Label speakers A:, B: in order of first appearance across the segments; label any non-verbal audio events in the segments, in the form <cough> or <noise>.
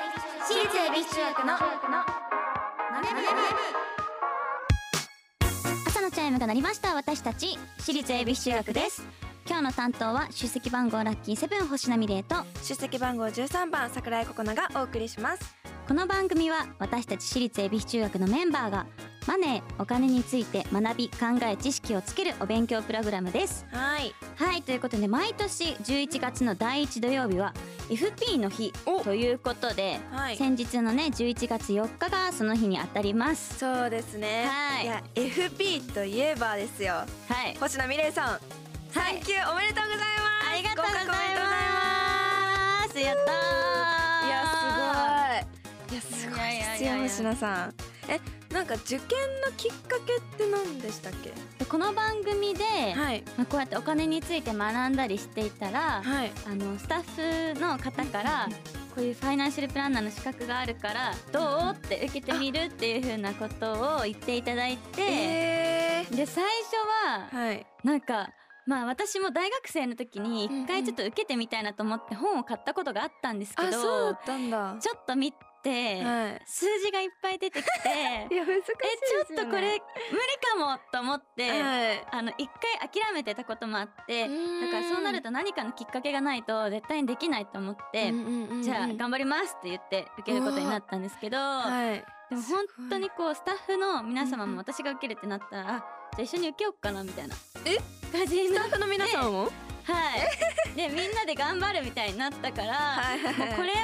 A: ビービッシュ役ののねむね
B: 朝のチャイムが鳴りました私たち私立恵比寿中学です今日の担当は出席番号ラッキーセブン星並玲と
C: 出席番号13番桜井ココナがお送りします
B: この番組は私たち私立恵比寿中学のメンバーがマネーお金について学び考え知識をつけるお勉強プログラムです
C: はい
B: はいということで毎年11月の第1土曜日は FP の日
C: お
B: ということで、
C: はい
B: 先日のね11月4日がその日にあたります
C: そうですね
B: はい
C: や FP といえばですよ
B: はい
C: 星名美玲さん
B: は
C: 3級おめでとうございます
B: ありがとうござい
C: 合格おめでとうござい
B: ますやったー
C: ますいやすご
B: い
C: い
B: やい
C: いや
B: やい
C: すご
B: やいや
C: いですよ星名さんえなんか受験のきっかけって何でしたっけ
B: でこの番組で、
C: はい
B: まあ、こうやってお金について学んだりしていたら、
C: はい
B: あのスタッフの方から、
C: うん
B: こういうファイナンシャルプランナーの資格があるからどうって受けてみるっていうふうなことを言っていただいて、
C: え
B: で最初は、
C: ー、はい
B: なんかまあ私も大学生の時に一回ちょっと受けてみたいなと思って本を買ったことがあったんですけ
C: あそう
B: ど、
C: だったんだ
B: ちょっと見て、
C: は
B: 数字がいっぱい出てき
C: <laughs>
B: てえ
C: いいや難しい
B: ちょっとこれ無理かもと思って、
C: はい
B: あの一回諦めてたこともあってだ
C: だ
B: からそうなると何かのきっかけがないと絶対にできないと思って、じゃあ頑張りますって言って受けることになったんですけど、
C: はい
B: でも本当にこうスタッフの皆様
C: うんうん
B: も私が受けるってなったら、あじゃあ一緒に受けようかなみたいな
C: え
B: 感じに
C: ス
B: な
C: タ
B: っ
C: ッフの皆さんも
B: はい、でみんなで頑張るみたいになったから、
C: はいはいはい
B: もうこれは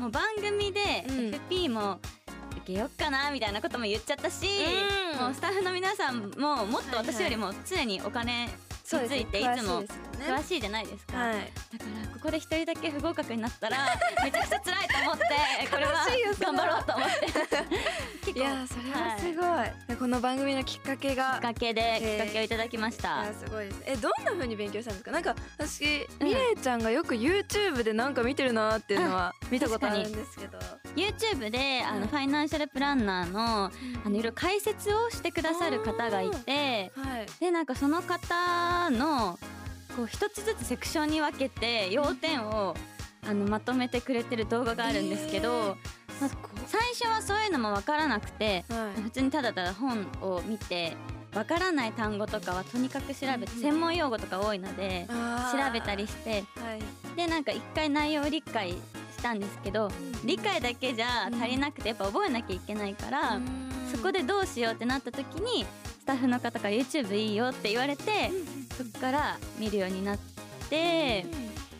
B: もう番組で
C: うん
B: FP も受けよっかなみたいなことも言っちゃったし、
C: うん
B: もうスタッフの皆さんももっと
C: はいはい
B: 私よりも常にお金
C: そうですね
B: についていつも
C: 詳しいですよね
B: 詳しいじゃないですか、
C: はい
B: だからここで一人だけ不合格になった
C: <laughs>
B: らめちゃくちゃ辛いと思ってこれは
C: 悲しいよそれは
B: 頑張ろうと思って結
C: い
B: 構
C: やーそれはすごい、でこの番組のきっかけ
B: き
C: が
B: っかけできっかけをいただきまし
C: い
B: た、
C: やーすごいですえどんな風に勉強したんですかなんか私みれいちゃんがよく YouTube でなんか見てるなーっていうのは見たことあるんですけど
B: YouTube であの、
C: うん
B: ファイナンシャルプランナーのあのいろいろ解説をしてくださる方がいて
C: はい
B: でなんかその方のこう一つずつセクションに分けて要点をあのまとめてくれてる動画があるんですけど、
C: えー
B: まあ最初はそういうのも分からなくて
C: はい
B: 普通にただただ本を見て分からない単語とかはとにかく調べて
C: うん
B: 専門用語とか多いので調べたり
C: し
B: して
C: てはい
B: でなんか一回内容を理解したんですけど理解だけじゃ足りなくてやっぱ覚えなきゃいけないから、そこ
C: で
B: でどうしようってなった時にスタッフの方から YouTube いいよって言われて、そっから見るようになって、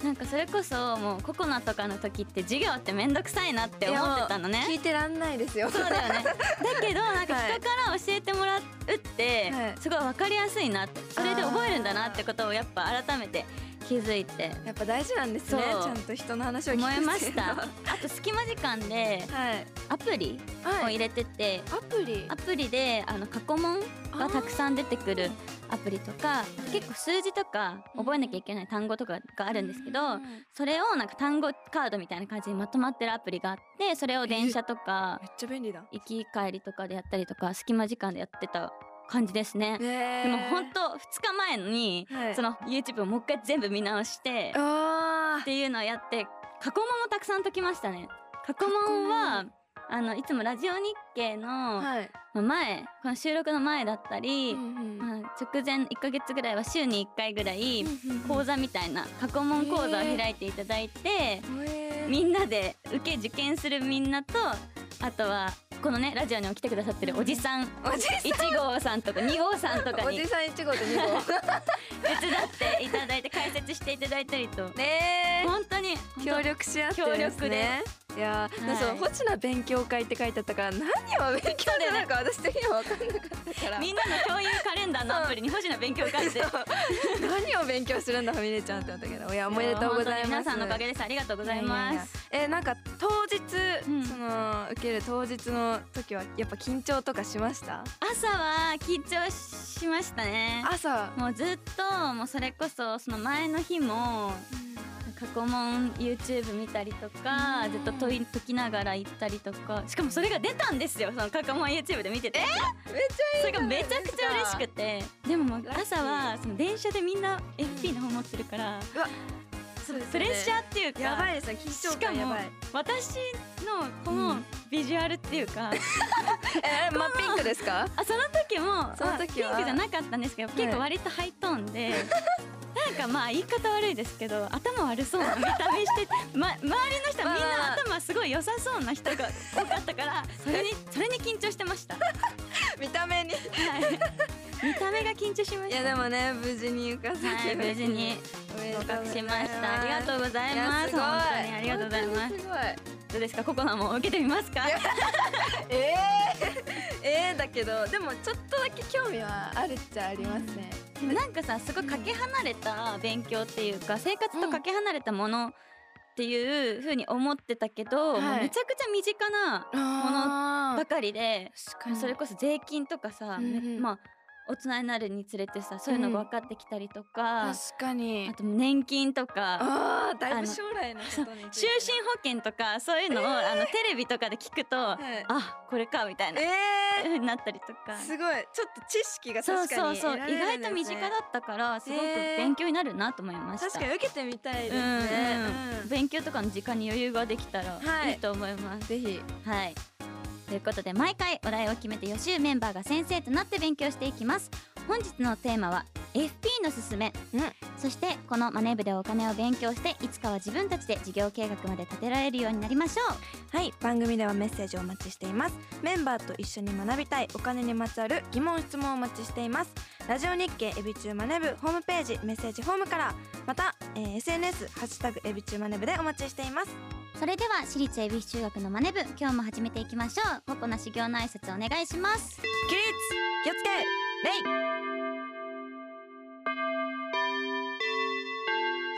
B: なんかそれこそもうココナとかの時って授業ってめんどくさいなって思ってたの
C: 聞
B: ね。
C: いてらんないですよ
B: そうだよ
C: <laughs>
B: ねだけどなんか
C: はい
B: 人から教えてもらうって、
C: はい
B: すごい分かりやすいなってそれで覚えるんだなってことをやっぱ改めて気づいて
C: やっぱ大事なんですね
B: そう
C: ちゃんと人の話を聞く
B: 思
C: って
B: いう
C: のは
B: ました。あと隙間時間で
C: はい
B: アプリを
C: は
B: 入
C: い
B: れてて、
C: アプリ
B: アプリであの過去問がたくさん出てくるアプリとか結構数字とか覚えなきゃいけない単語とかがあるんですけど、
C: うんめっ
B: それをなんか単語カードみたいな感じにまとまってるアプリがあってそれを電車とか
C: ちゃ便利だ
B: 行き帰りとかでやったりとか隙間時間でやってた感じですね。
C: ね
B: でも本当2日前に、
C: はい
B: その YouTube をもう一回全部見直してっ
C: あ
B: ていうのをやって過去問もたくさん解きましたね。過去問はあのいつもラジオ日経
C: あ
B: の、
C: はい
B: まあ前この収録の前だったり、
C: うん
B: まあ、直前1ヶ月ぐらいは週に1回ぐらい講座みたいな過去問講座を開いていただいて、みんなで受け受験するみんなとあとはこのねラジオにも来てくださってるおじさん
C: おじ
B: 1号さんとか2号さんとか
C: お
B: に手
C: じさん一号と
B: <laughs>
C: 二号
B: 伝っていただいて解説していただいたりと
C: ね
B: 本当に
C: え協力し合ってるんですねいやー、
B: はい
C: そう星名勉強会って書いてあったから何を勉強なのか私的には分かんなかったから
B: みんなの共有カレンダーのアプリに星野勉強会って
C: そう何を勉強するんだファミレちゃんってなったけどい <laughs> やおめでとうございま
B: 本当に皆
C: す
B: さんのおかげですありがとうございます
C: やややえなんか当日、
B: うん
C: その受ける当日の時はやっぱ緊張とかしました
B: 朝は緊張しましたね
C: 朝
B: もうずっともうそれこそその前の日も過去問 YouTube 見たりとか
C: うん
B: ずっと解い解きながら行ったりとかしかもそれが出たんですよその過去問 YouTube で見てて
C: めっちゃ
B: それがめちゃくちゃ嬉しくてでももう
C: ラッキー
B: 朝はその電車でみんな FP の方持ってるから
C: うわそうですよね
B: プレッシャーっていうか
C: やばいですね緊
B: し
C: 張
B: か
C: 感や
B: も
C: ばい
B: 私のこ
C: う
B: の
C: ん
B: ビジュアルっていうか、
C: えー、まピンクで
B: <laughs>
C: すか
B: あその時も
C: その時は
B: まあピンクじゃなかったんですけど
C: い
B: 結構割とハイトーン <laughs> で、なんかまあ言い方悪いですけど頭悪そうな見た目してて、 <laughs> ま、周りの人はみん
C: まあ
B: な頭すごい良さそうな人が多かったからそれにそれに緊張してました、はい、
C: 見た目に
B: 見た目が緊張しま
C: い
B: した
C: やでもね無事に受かって
B: はい無事に合格しましたありがとうございます本
C: いやす
B: 当
C: ごい
B: にありがとうございます
C: 本当にすごい
B: どうですかココナも受けてみますか
C: いやえー、 <laughs> えー、だけどでもちょっとだけ興味はあるっちゃありますね、
B: でもなんかさすごいかけ離れた勉強っていうか生活とかけ離れたものっていう風に思ってたけど、
C: はい
B: もうめちゃくちゃ身近な
C: あ
B: ばかりで、
C: 確かに
B: それこそ税金とかさ、
C: うんうん
B: めまあ大人になるにつれてさそういうのが分かってきたりとか、
C: 確かに
B: あと年金とか
C: あーだいぶ将来のことについ
B: 終
C: て
B: 身保険とかそういうのを、あのテレビとかで聞くと、
C: はい
B: あこれかみたいな、
C: え
B: 風になったりとか
C: ー、。すごいちょっと知識が
B: そう
C: 確か
B: そう
C: に
B: そう
C: 得られ
B: 意
C: る
B: 外
C: んですね
B: と身近だったからすごく
C: えー
B: 勉強になるなと思いました
C: 確かに受けてみたいですね、
B: うん
C: うん
B: 勉強とかの時間に余裕ができたら
C: はい
B: いいと思います。
C: ぜひ
B: はい、ということで毎回お題を決めて予習メンバーが先生となって勉強していきます。本日のテーマは FP のすすめ、
C: うん
B: そしてこのマネ部でお金を勉強していつかは自分たちで事業計画まで立てられるようになりましょう
C: はい番組ではメッセージをお待ちしていますメンバーと一緒に学びたいお金にまつわる疑問質問をお待ちしていますラジオ日経エビチューマネブホームページメッセージフォームからまた、えー SNS ハッシュタグエビチューマネブでお待ちしています
B: それでは私立恵比寿中学のマネ部今日も始めていきましょうココナ修行の挨拶お願いします
C: 起立気をつけレ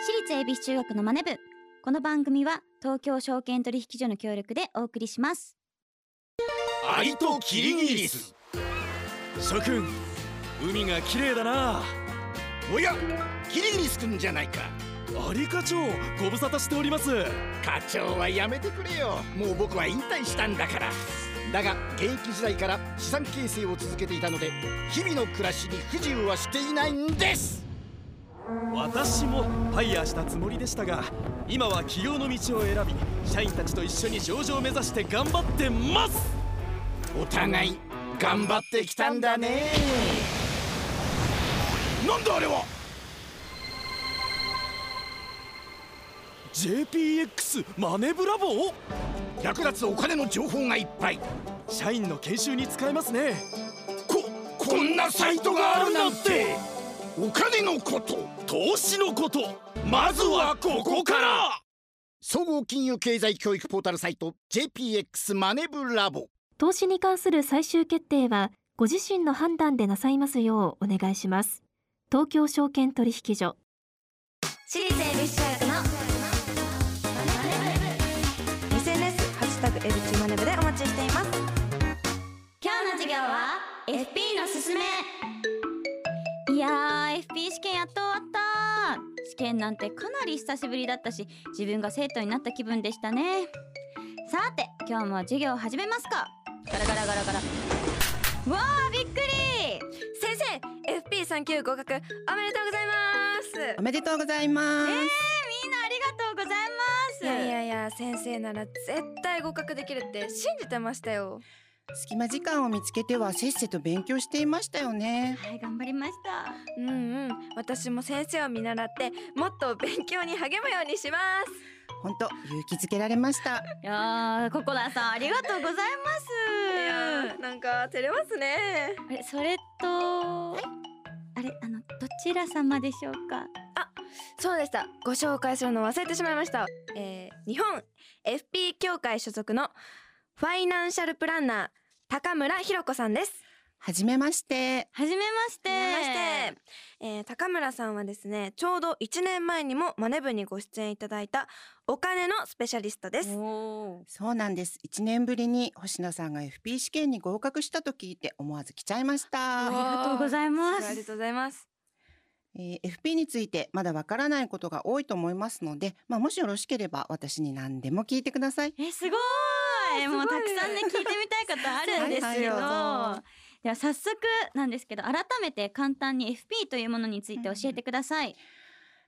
B: 私立恵比寿中学のマネ部この番組は東京証券取引所の協力でお送りします
D: アリとキリギリス諸君海が綺麗だなおやキリギリス君じゃないか
E: アリ課長ご無沙汰しております
D: 課長はやめてくれよもう僕は引退したんだからだが現役時代から資産形成を続けていたので日々の暮らしに不自由はしていないんです
E: 私もファイヤーしたつもりでしたが今は起業の道を選び社員たちと一緒に上場を目指して頑張ってます
D: お互い頑張ってきたんだねなんだあれは
E: JPX マネブラボ
D: 役立つお金の情報がいっぱい
E: 社員の研修に使えますね
D: ここんなサイトがあるなんてお金のこと
E: 投資のことまずはここから
D: 総合金融経済教育ポータルサイト JPX マネブラボ
F: 投資に関する最終決定はご自身の判断でなさいますようお願いします東京証券取引所
A: 私立恵比寿中学の
C: イ SNS ハッシュタグエビチューマネブでお待ちしています
B: 今日の授業は FP のすすめいやー FP 試験やっと終わった試験なんてかなり久しぶりだったし自分が生徒になった気分でしたねさて今日も授業を始めますかガラガラガラガラうわーびっくり
C: 先生 FP3 級合格おめでとうございます
G: おめでとうございます。
B: みんなありがとうございます
C: いやいやいや先生なら絶対合格できるって信じてましたよ
G: 隙間時間を見つけてはせっせと勉強していましたよね。
B: はい頑張りました
C: うんうん私も先生を見習ってもっと勉強に励むようにします
G: 本当勇気づけられました。
B: いやーココナさんありがとうございます
C: ーなんか照れますね
B: あれそれと、あれあのどちら様でしょうか
C: そうでしたご紹介するの忘れてしまいました、えー、日本 FP 協会所属のファイナンシャルプランナー高村ひろ子さんです
G: はじめまして。
B: はじめまして
C: はじめまして、えー高村さんはですねちょうど1年前にもマネ部にご出演いただいたお金のスペシャリストです
B: おー
G: そうなんです。一年ぶりに星野さんが FP 試験に合格したと聞いて思わず来ちゃいまし
B: あ
C: う
B: り
G: た
C: わ。
B: がとうございま
C: あ
B: す
C: りがとうございます
G: えー FP についてまだわからないことが多いと思いますので、まあもしよろしければ私に何でも聞いてください。
B: えすごいもうたくさんね聞いてみたいことあるんですけど、
G: はいはいどうぞ
B: では早速なんですけど改めて簡単に FP というものについて教えてください、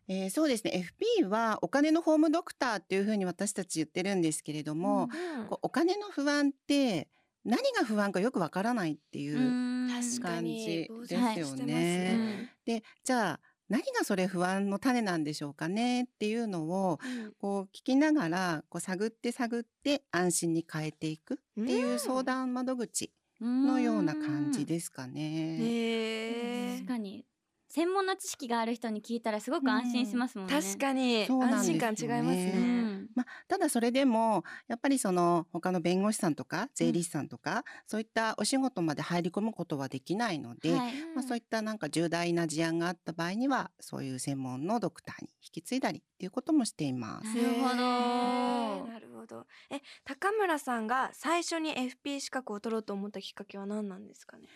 G: ええーそうですね FP はお金のホームドクターっていうふうに私たち言ってるんですけれども、こうお金の不安って何が不安かよくわからないっていううん確か
B: う
G: 感じ
C: ぼう
G: です
C: 然として
G: よ
C: ます
G: ね。
B: ん
G: でじゃあ何がそれ不安の種なんでしょうかねっていうのをこう聞きながらこう探って探って安心に変えていくっていう相談窓口のような感じですかね。
C: へ
B: 確かに専門の知識がある人に聞いたらすごく安心しますもんね。
C: 確かに
G: そうなんで
C: 安
G: すよ
C: 心
G: ね
C: 感違います
B: う
C: ね。
B: ん
G: まあ、ただそれでもやっぱりその他の弁護士さんとか税理士さんとか、そういったお仕事まで入り込むことはできないので、
B: はい
G: まあ、そういったなんか重大な事案があった場合にはそういう専門のドクターに引き継いだりっていうこともしています。
B: なるほど
C: へーなるほど。え、高村さんが最初に FP 資格を取ろうと思ったきっかけは何なんですかね。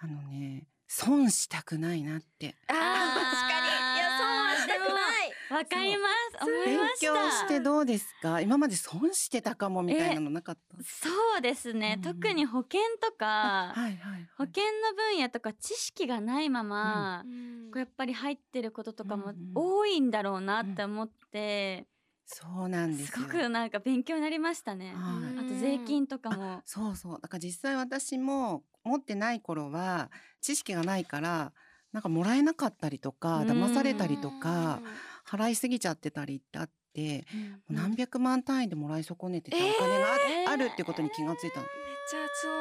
G: あのね損したくないなって
C: あ
B: あー
C: い。
B: わかります思い
G: 勉
B: ました
G: 強してどうですか今まで損してたかもみたいなのなかった
B: そうですね、
G: うんうん
B: 特に保険とか、
G: はいはい
B: 保
G: はい
B: 険の分野とか知識がないまま、こうやっぱり入ってることとかも多いんだろうなって思って、
G: そうなんです
B: す
G: よ
B: ごくなんか勉強になりましたね。
G: はい
B: あと税金とかも
G: そうそうだから実際私も持ってない頃は知識がないからなんかもらえなかったりとか
B: うん
G: 騙されたりとか払いすぎちゃってたりってあってもう何百万単位でもらい損ねてたお金があ,、
B: えー
G: あるってことに気がついたの
C: めっちゃ損。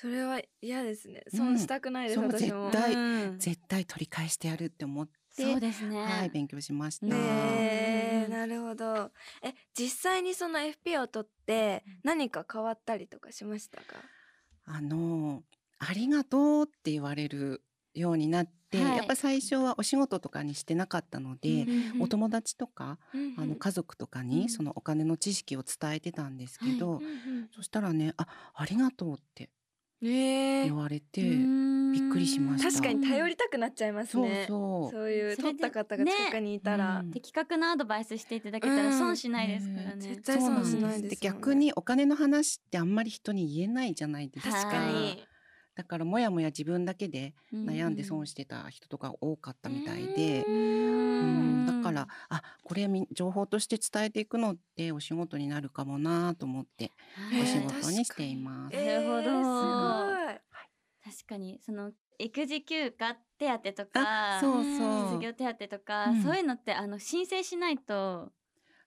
C: それは嫌ですね。
G: うん
C: 損したくないです、
G: そう
C: 私も。
G: 絶対
B: うん
G: 絶対取り返してやるって思って
B: そうですね。
G: はい勉強しました。
C: ねえ、
B: うん
C: なるほど。え、実際にその FP を取って何か変わったりとかしましたか。
G: あのありがとうって言われるようになって、
B: はい
G: やっぱ最初はお仕事とかにしてなかったので、
C: うん
G: お友達とか、
C: うん
G: あの家族とかにそのお金の知識を伝えてたんですけど、
C: うんうん
G: そしたらね「あありがとう」って
C: ねえ
G: 言われて、
B: び
G: びっくりしました
C: 確かに頼りたくなっちゃいます
G: そう
C: ね。
G: そう。
C: そういう
B: それ
C: 取
B: で
C: った方が近くにいたら、
G: うん
B: 的確なアドバイスしていただけたら損しないですからね。
G: うん
C: 絶対損しないですよね
G: そうなん逆にお金の話ってあんまり人に言えないじゃないですか。
B: 確かに
G: だからもやもや自分だけで悩んで損
B: し
G: してた人とか多かったみたいで。
B: う
G: うん
B: ん
G: だからあこれみ情報として伝えていくのってお仕事になるかもなと思って
B: はい
G: お仕
C: 確
G: 事
C: か
G: に
C: に
G: しています。
B: えなるほど
C: え
B: <laughs> 確かにその育児休暇手当とか
G: あそうそ
B: 失
G: う
B: 業手当とか、
G: うん
B: そういうのってあの申請しないと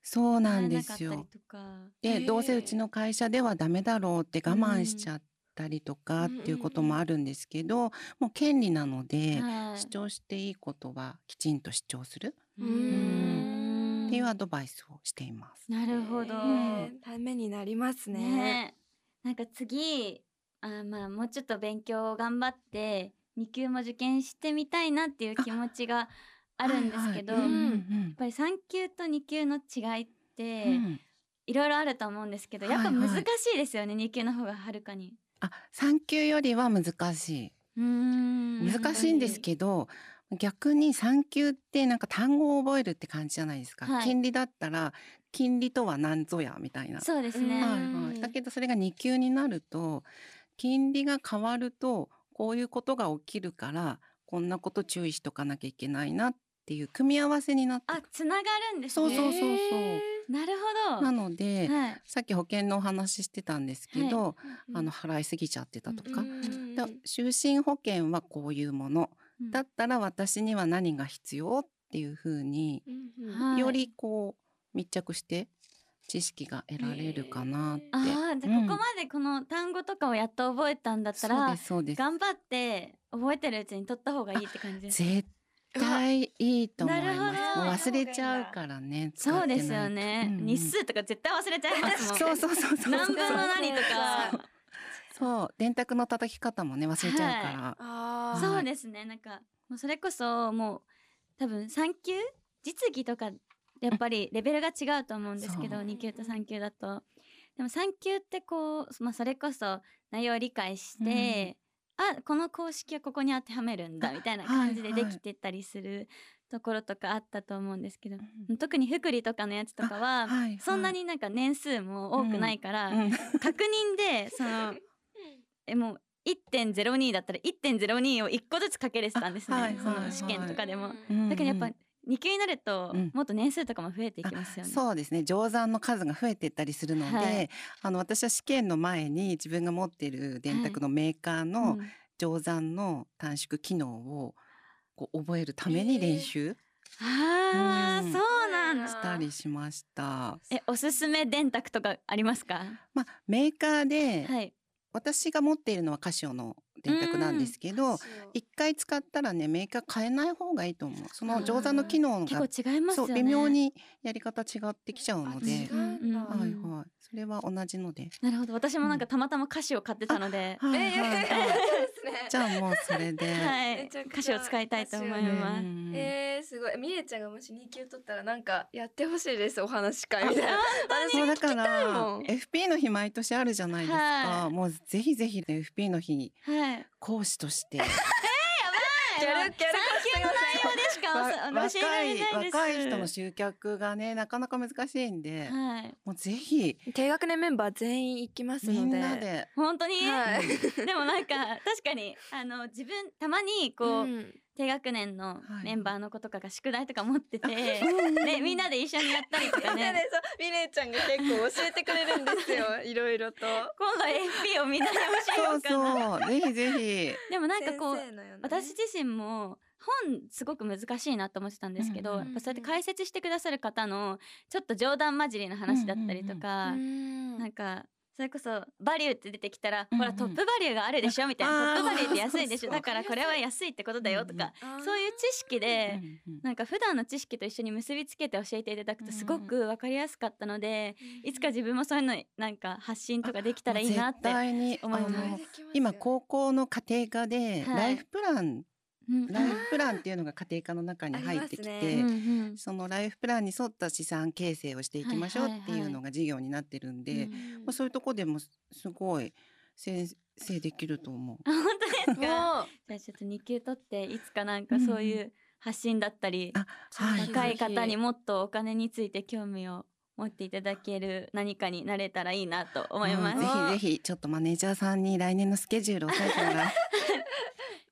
G: そうなんで
B: 買
G: す
B: えなかっ。
G: よ
B: たりとか。
G: で、
C: ええ
G: どうせうちの会社ではダメだろうって我慢しちゃったりとかっていうこともあるんですけど、もう権利なので、
B: はい
G: 主張していいことはきちんと主張する
B: う
C: うん
B: ん
G: っていうアドバイスをしています。
B: な
C: すごい
B: るほど。
C: えーためになりますね。
B: ねえなんか次あまあもうちょっと勉強を頑張って2級も受験してみたいなっていう気持ちがあるんですけど、
G: はいはい
C: うん
B: やっ
G: うん
B: ぱり3級と2級の違いって
G: うんうん
B: いろいろあると思うんですけど、やっぱ
G: はいはい
B: 難しいですよね、2級の方がはるかに。
G: あ、産級よりは難しい。難
B: 難
G: しいんですけど、逆に産級ってなんか単語を覚えるって感じじゃないですか。
B: はい
G: 金利だったら金利とは何ぞやみたいな。
B: そうですね。
G: は
C: う
G: いは
C: ん
G: い。だけどそれが2級になると金利が変わるとこういうことが起きるからこんなこと注意しとかなきゃいけないなっていう組み合わせになって
B: あ
G: く
B: つながるんです
G: そう
B: ね。
G: そうそうそう。
B: なるほど。
G: なので、
B: はい。
G: さっき保険のお話ししてたんですけど、
C: うん
G: あの払いすぎちゃってたとか、
C: うん
G: だ就寝保険はこういうものだったら私には何が必要っていうふうに
C: うんうん
B: はい
G: よりこう密着して知識が得られるかなって。
B: ああーじゃあ
G: うん
B: ここまでこの単語とかをやっと覚えたんだったら、
G: そうですそう
B: 頑張って覚えてるうちに取った方がいいって感じで。
G: ですす。絶対いいと思います。も
B: なるほど
G: う忘れちゃうからね。使
B: そ
G: っ
B: う
G: てない
B: ですよね、
G: うんうん
B: 日数とか絶対忘れちゃいますもん。
G: そうそうそうそう。
B: 何分の何と
C: そう
B: か。
G: そう電卓の叩き方もね忘れちゃうから。
C: あー
B: そうですねなんかもうそれこそもう多分3級実技とかやっぱりレベルが違うと思うんですけど
G: そう
B: 2級と3級だと。でも3級ってこう、まあ、それこそ内容を理解して、あこの公式はここに当てはめるんだみたいな感じで
G: はいは
B: で
G: い
B: きてたりするところとかあったと思うんですけど、特に福利とかのやつとかは、
G: はいはい
B: そんなになんか年数も多くないから、
G: うん
B: 確認でそのえもう1.02だったら1.02を1個ずつかけれてたんですね、
G: あはい
B: そ
G: はいは
B: の
G: い
B: 試験とかでも。
C: うん
G: うん
B: だけどやっぱ2級になると
G: うん
B: もっと年数とかも増えていきますよね。
G: そうですね乗算の数が増えていったりするので、
B: はい
G: あの私は試験の前に自分が持っている電卓のメーカー
B: う
G: の
B: ん
G: 乗算の短縮機能をこう覚えるために練習
B: ああ、
G: うん
B: そうなん
G: し
B: だ。
G: たりしました。
B: えおすすめ電卓とかありますか？
G: まあ、メーカーで、
B: はい。
G: 私が持っているのはカシオの電卓なんですけど一回使ったらねメーカー変えない方がいいと思うその乗算の機能
B: 結
G: が、
B: 構違います
G: そ
B: よ
G: う
B: ね。
G: 微妙。にやり方違ってきちゃうの
B: う
G: で
B: んうんうん
G: はいはいそれは同じので
B: なるほど。私もなんかたまたま歌詞を買ってたので、
G: はいはいはい <laughs> じゃあもうそれで、
B: はい
H: めちゃく。ちゃ
B: 歌詞を使いたいと思い
G: うん
B: ます。
H: えー、すごいみえちゃんがもし2級取ったらなんかやってほしいですお話会みたいな
G: そうだか
H: も
G: ら
H: ん
G: FP の日毎年あるじゃないですか、
B: は
G: もうぜひぜひね FP の日に
B: はい。
G: 講師として
H: ギャルギャル
B: 産
G: わ
B: 休の内容でしか教えら
G: 若
B: れ
G: い
B: ないです。
G: 若い人の集客がねなかなか難しいんで、
B: はい。
G: もうぜひ
C: 低学年メンバー全員行きますの
G: み
C: で
G: んなで
B: 本当に、
H: はい
G: <laughs>
B: でもなんか確かにあの自分たまにこう、
C: うん
B: 低学年の
G: はい
B: メンバーの子とかが宿題とか持ってて、でみんなで一緒にやったりとか
H: ね
G: <laughs>
B: ね
H: ねそうみれちゃんが結構教えてくれるんですよいろいろと
B: 今度 FP をみんなで教えよ
G: そう
B: うかな。
G: そうぜひぜひ
B: でもなんかこう
H: 先生のよね
B: 私自身も本すごく難しいなと思ってたんですけど、
G: うん
B: やっぱそうやって解説してくださる方のちょっと冗談交じりの話だったりとか、
C: うん
B: なんかそれこそバリューって出てきたら、
G: うん
B: ほらトップバリューがあるでしょみたいな
G: あー
B: トップバリューって安いでしょ
G: そうそう
B: だからこれは安いってことだよとか、そういう知識で、
G: うんうん
B: なんか普段の知識と一緒に結びつけて教えていただくとすご
G: う
B: く分かりやすかったので、いつか自分もそういうのなんか発信とかできたらいいなって
G: もう絶。対に
B: 思います
G: あの今高校の家庭科で
B: はい
G: ライフプラン、
B: うん
G: ライフプランっていうのが家庭科の中に入ってき
H: あ
G: て、
H: りますね
G: そのライフプランに沿った資産形成をしていきましょう
B: はいはい
G: っていうのが授業になってるんで、
B: うん
G: まあ、そういうとこでもすすごい先生できると思う。
B: あ本当ですか。じゃ
H: も
B: あちょっと2級取っていつかなんかそういう発信だったり、
G: あ、はい。
B: 若い方にもっとお金について興味を持っていただける何かになれたらいいなと思います。
G: うんぜひぜひちょっとマネージャーさんに来年のスケジュールを書いて
B: <laughs>
G: もらって。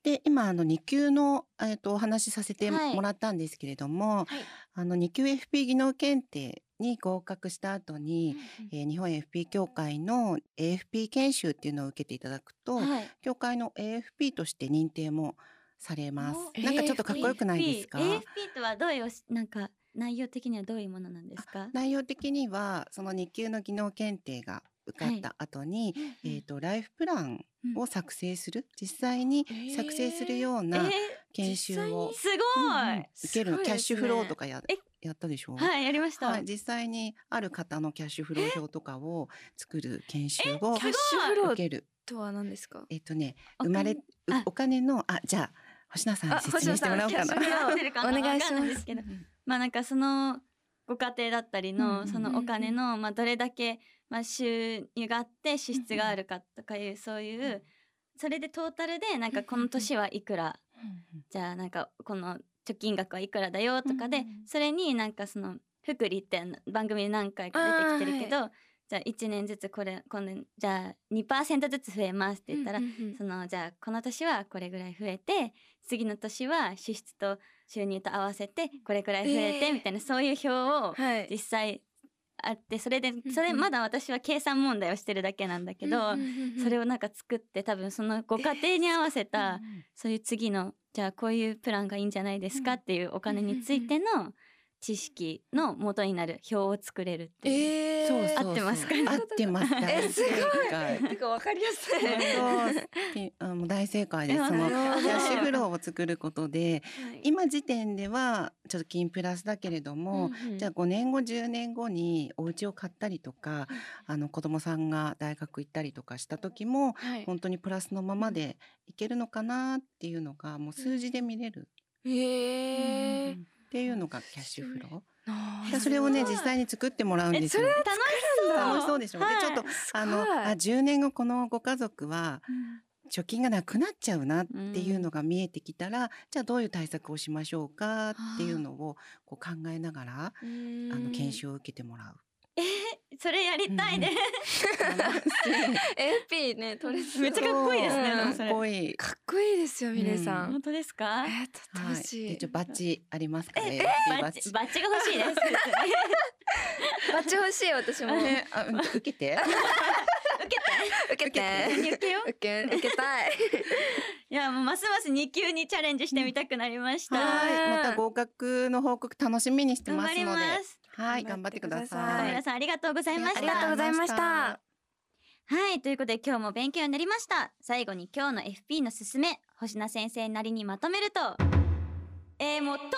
G: で今あの2級の、えっとお話しさせて
B: はい
G: もらったんですけれども、あの2級 FP 技能検定に合格した後に、えー日本 FP 協会の AFP 研修っていうのを受けていただくと、
B: はい。
G: 協会の AFP として認定もされます。なんかちょっとかっこよくないですか
B: AFP AFP とはどういうおしなんか内容的にはどういうものなんですか。
G: 内容的にはその2級の技能検定が受かった後に、えー、とライフプランを作成する、実際に作成するよう
B: えー
G: な研修を、
B: すごい、
G: 受けるの
H: すごいですね
G: キャッシュフローとかや
B: え
G: やったでしょ
B: はいやりました。
G: はい実際にある方のキャッシュフロー表とかを作る研修を
B: キャッシュフ
G: 受ける。
H: とは何ですか
G: えっ、とね
B: お金
G: 生まれう
B: あ
G: お金のあじゃあ星名さん
H: あ
G: に説明してもらおうか
H: 星
G: な
H: 名。さん
B: 合ってるかな
C: お願いし
B: わ
C: ます
B: かんないですけどまあなんかそのご家庭だったり
G: うんう
B: の
G: ん
B: そのお金のまあどれだけまあ収入があって支出があるかとかいうそういうそれでトータルでなんかこの年はいくらじゃあなんかこの貯金額はいくらだよとか
G: うん
B: で
G: うんうん
B: それになんかその福利って番組で何回か出てきてるけどじゃあ1年ずつこれ今度じゃあ2%ずつ増えますって言ったらそのじゃあこの年はこれぐらい増えて次の年は支出と収入と合わせてこれぐらい増え
H: え
B: て
H: ー
B: みたいなそういう表を
H: はい
B: 実際あってそれで
H: うん
B: それまだ私は計算問題をしてるだけなんだけどそれ
H: を
B: をなんか作って多分そのご家庭に合わせたそういう次のじゃあこういうプランがいいんじゃないですかっていうお金についての知識の元になる表を作れるっていう。
H: えー、
G: そうそうそう
B: 合ってますかね
G: 合ってます。
H: えすごい
G: 大正
H: てかわかりやすい
G: 解そうピあもう大正
B: <laughs>
G: 解です。そのキ
H: なるほど
G: ャッシュフローを作ることで、
H: 今
G: 今時点ではちょっと金プラスだけれども、じゃあ5年後10年後にお家を買ったりとか、あの子供さんが大学行ったりとかした時も
H: はい
G: 本当にプラスのままでいけるのかなっていうのがもう数字で見れる。
H: えー
G: っていうのがキャッシュフロ
H: な
G: ー。
H: あ
G: それをね
H: すごい
G: 実際に作ってもらうんですよ。
B: 楽し
G: 楽し
B: そ
G: そううでしょ。
B: はい
G: でちょっとあ
H: ご
G: の
H: い
G: あ10年後このご家族は貯金がなくなっちゃうなっていうのが見えてきたら、じゃあどういう対策をしましょうかっていうのをこう考えながら、あの研修を受けてもらう。
B: じそれやりたいです、
H: FP ね取れそう
B: <laughs> めっちゃかっこいいですねでもそ
G: かっ
B: れ
G: こいい。
H: かっこいいですよミレイさん、
B: 本当ですか
H: えー、ちょっと
G: は
H: 欲しい、
G: い。一応バッジありますかね。え
B: バッチバッチが欲しいです
H: バッジ欲しい私も
G: ね、あ、うん受けて。
H: 受けて
B: 受けよう
H: 受け受けたい
B: いやもうますます2級にチャレンジしてみたくなりました、
G: はい。また合格の報告楽しみにして
B: 頑
G: ま
B: 張
G: す
B: り
G: の
B: ま
G: で。
B: す
G: はい、頑張ってくだ
C: は
G: さ
B: 皆
G: い。
B: さんありがとうございました
C: ありがとうございました。
B: はい、ということで今日も勉強になりました。最後に今日の FP のすすめ、星名先生なりにまとめると、えー、もうとにか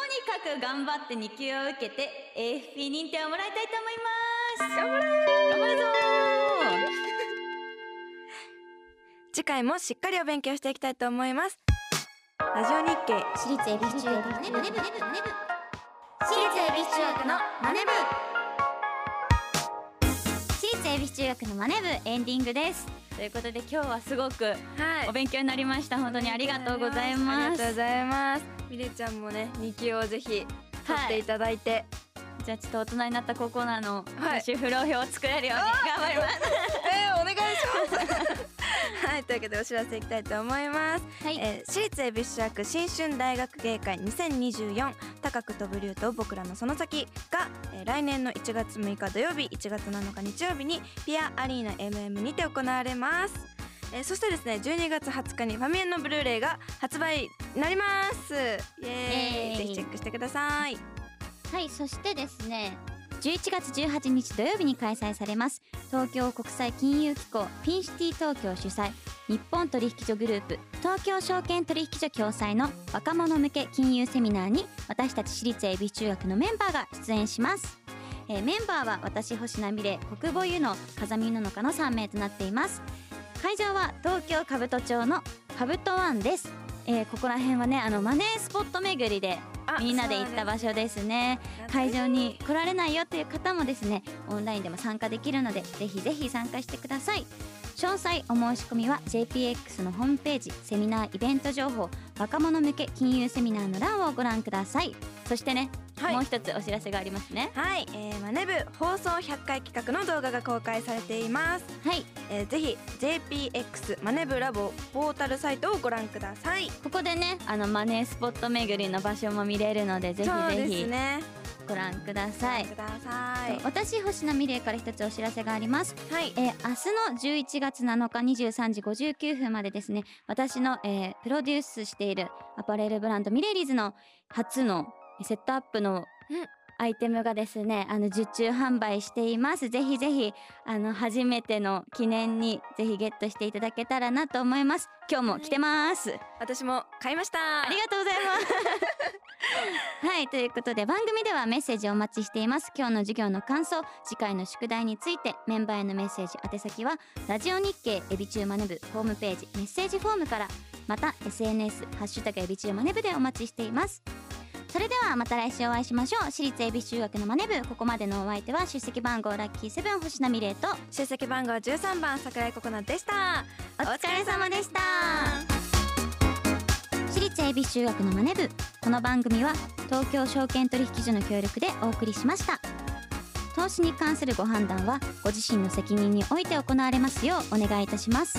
B: く頑張って2級を受けて AFP 認定をもらいたいと思います頑張れ頑張るぞ
C: 次回もしっかりお勉強していきたいと思いますラジオ日経
A: 私立恵比寿中学のマネブマネブマネブマネブ私立恵比寿中学のマネブ
B: 私立恵比寿中学のマネ部エンディングです。ということで今日はすごく
C: はい
B: お勉強になりました。本当にありがとうございま
C: ありがとうご
B: す。
C: ざいますみれちゃんもね2級をぜひ取っていただいて、
B: じゃあちょっと大人になった高校なの、
C: はい
B: 私不老表を作れるように頑張ります。
C: えーお願いします <laughs> はいというわけでお知らせいきたいと思います、
B: はい
C: えー私立恵比寿中学新春大学芸会2024高く飛ぶ竜と僕らのその先が、えー来年の1月6日土曜日1月7日日曜日にピアアリーナ MM にて行われますえーそしてですね12月20日にファミエンのブルーレイが発売になりますイエーイ
B: イエーイ
C: ぜひチェックしてください
B: はい、そしてですね、11月18日土曜日に開催されます東京国際金融機構フィンシティ東京主催日本取引所グループ東京証券取引所共催の若者向け金融セミナーに私たち私立恵比寿中学のメンバーが出演します、えーメンバーは私星名美玲国母湯の風見ののかの3名となっています会場は東京兜町の兜ワンです、えーここら辺はねあのマネースポット巡りで
C: あ
B: みんなで行った場所ですね会場に来られないよという方もですねオンラインでも参加できるのでぜひぜひ参加してください詳細お申し込みは JPX のホームページセミナーイベント情報若者向け金融セミナーの欄をご覧くださいそしてね、
C: はい
B: もう一つお知らせがありますね
C: はい、えー、マネブ放送100回企画の動画が公開されています、
B: はい
C: えー、ぜひ JPX マネブラボポータルサイトをご覧ください
B: ここでねあのマネースポット巡りの場所も見れるのでぜひぜ
C: そうです
B: ひ
C: ね
B: ご覧ください、
C: ください
B: 私星名美玲から一つお知らせがあります
C: はい
B: えー明日の11月7日23時59分までですね私の、えープロデュースしているアパレルブランドミレリーズの初のセットアップのアイテムがですねあの受注販売していますぜひぜひあの初めての記念にぜひゲットしていただけたらなと思います今日も来てます、
C: 私も買いました
B: ありがとうございます。 <laughs> はい、ということで番組ではメッセージをお待ちしています。今日の授業の感想、次回の宿題についてメンバーへのメッセージ宛先はラジオ日経エビチューマネブホームページメッセージフォームからまた SNS ハッシュタグエビチューマネブでお待ちしています。それではまた来週お会いしましょう。私立エビ中学のマネブここまでのお相手は出席番号ラッキーセブン星名美玲と
C: 出席番号13番桜井ココナでした
B: お疲れ様でした私立恵比寿中学のマネ部この番組は東京証券取引所の協力でお送りしました投資に関するご判断はご自身の責任において行われますようお願いいたします